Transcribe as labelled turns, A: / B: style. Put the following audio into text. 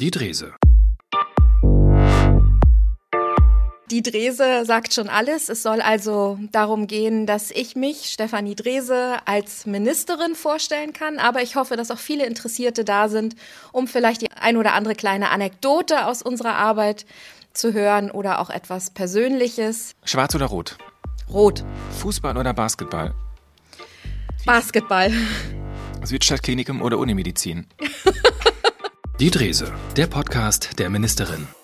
A: Die Drese.
B: Die Drese sagt schon alles. Es soll also darum gehen, dass ich mich, Stefanie Drese, als Ministerin vorstellen kann. Aber ich hoffe, dass auch viele Interessierte da sind, um vielleicht die ein oder andere kleine Anekdote aus unserer Arbeit zu hören oder auch etwas Persönliches.
A: Schwarz oder rot?
B: Rot.
A: Fußball oder Basketball?
B: Basketball.
A: Südstadtklinikum oder Unimedizin? Die Drese, der Podcast der Ministerin.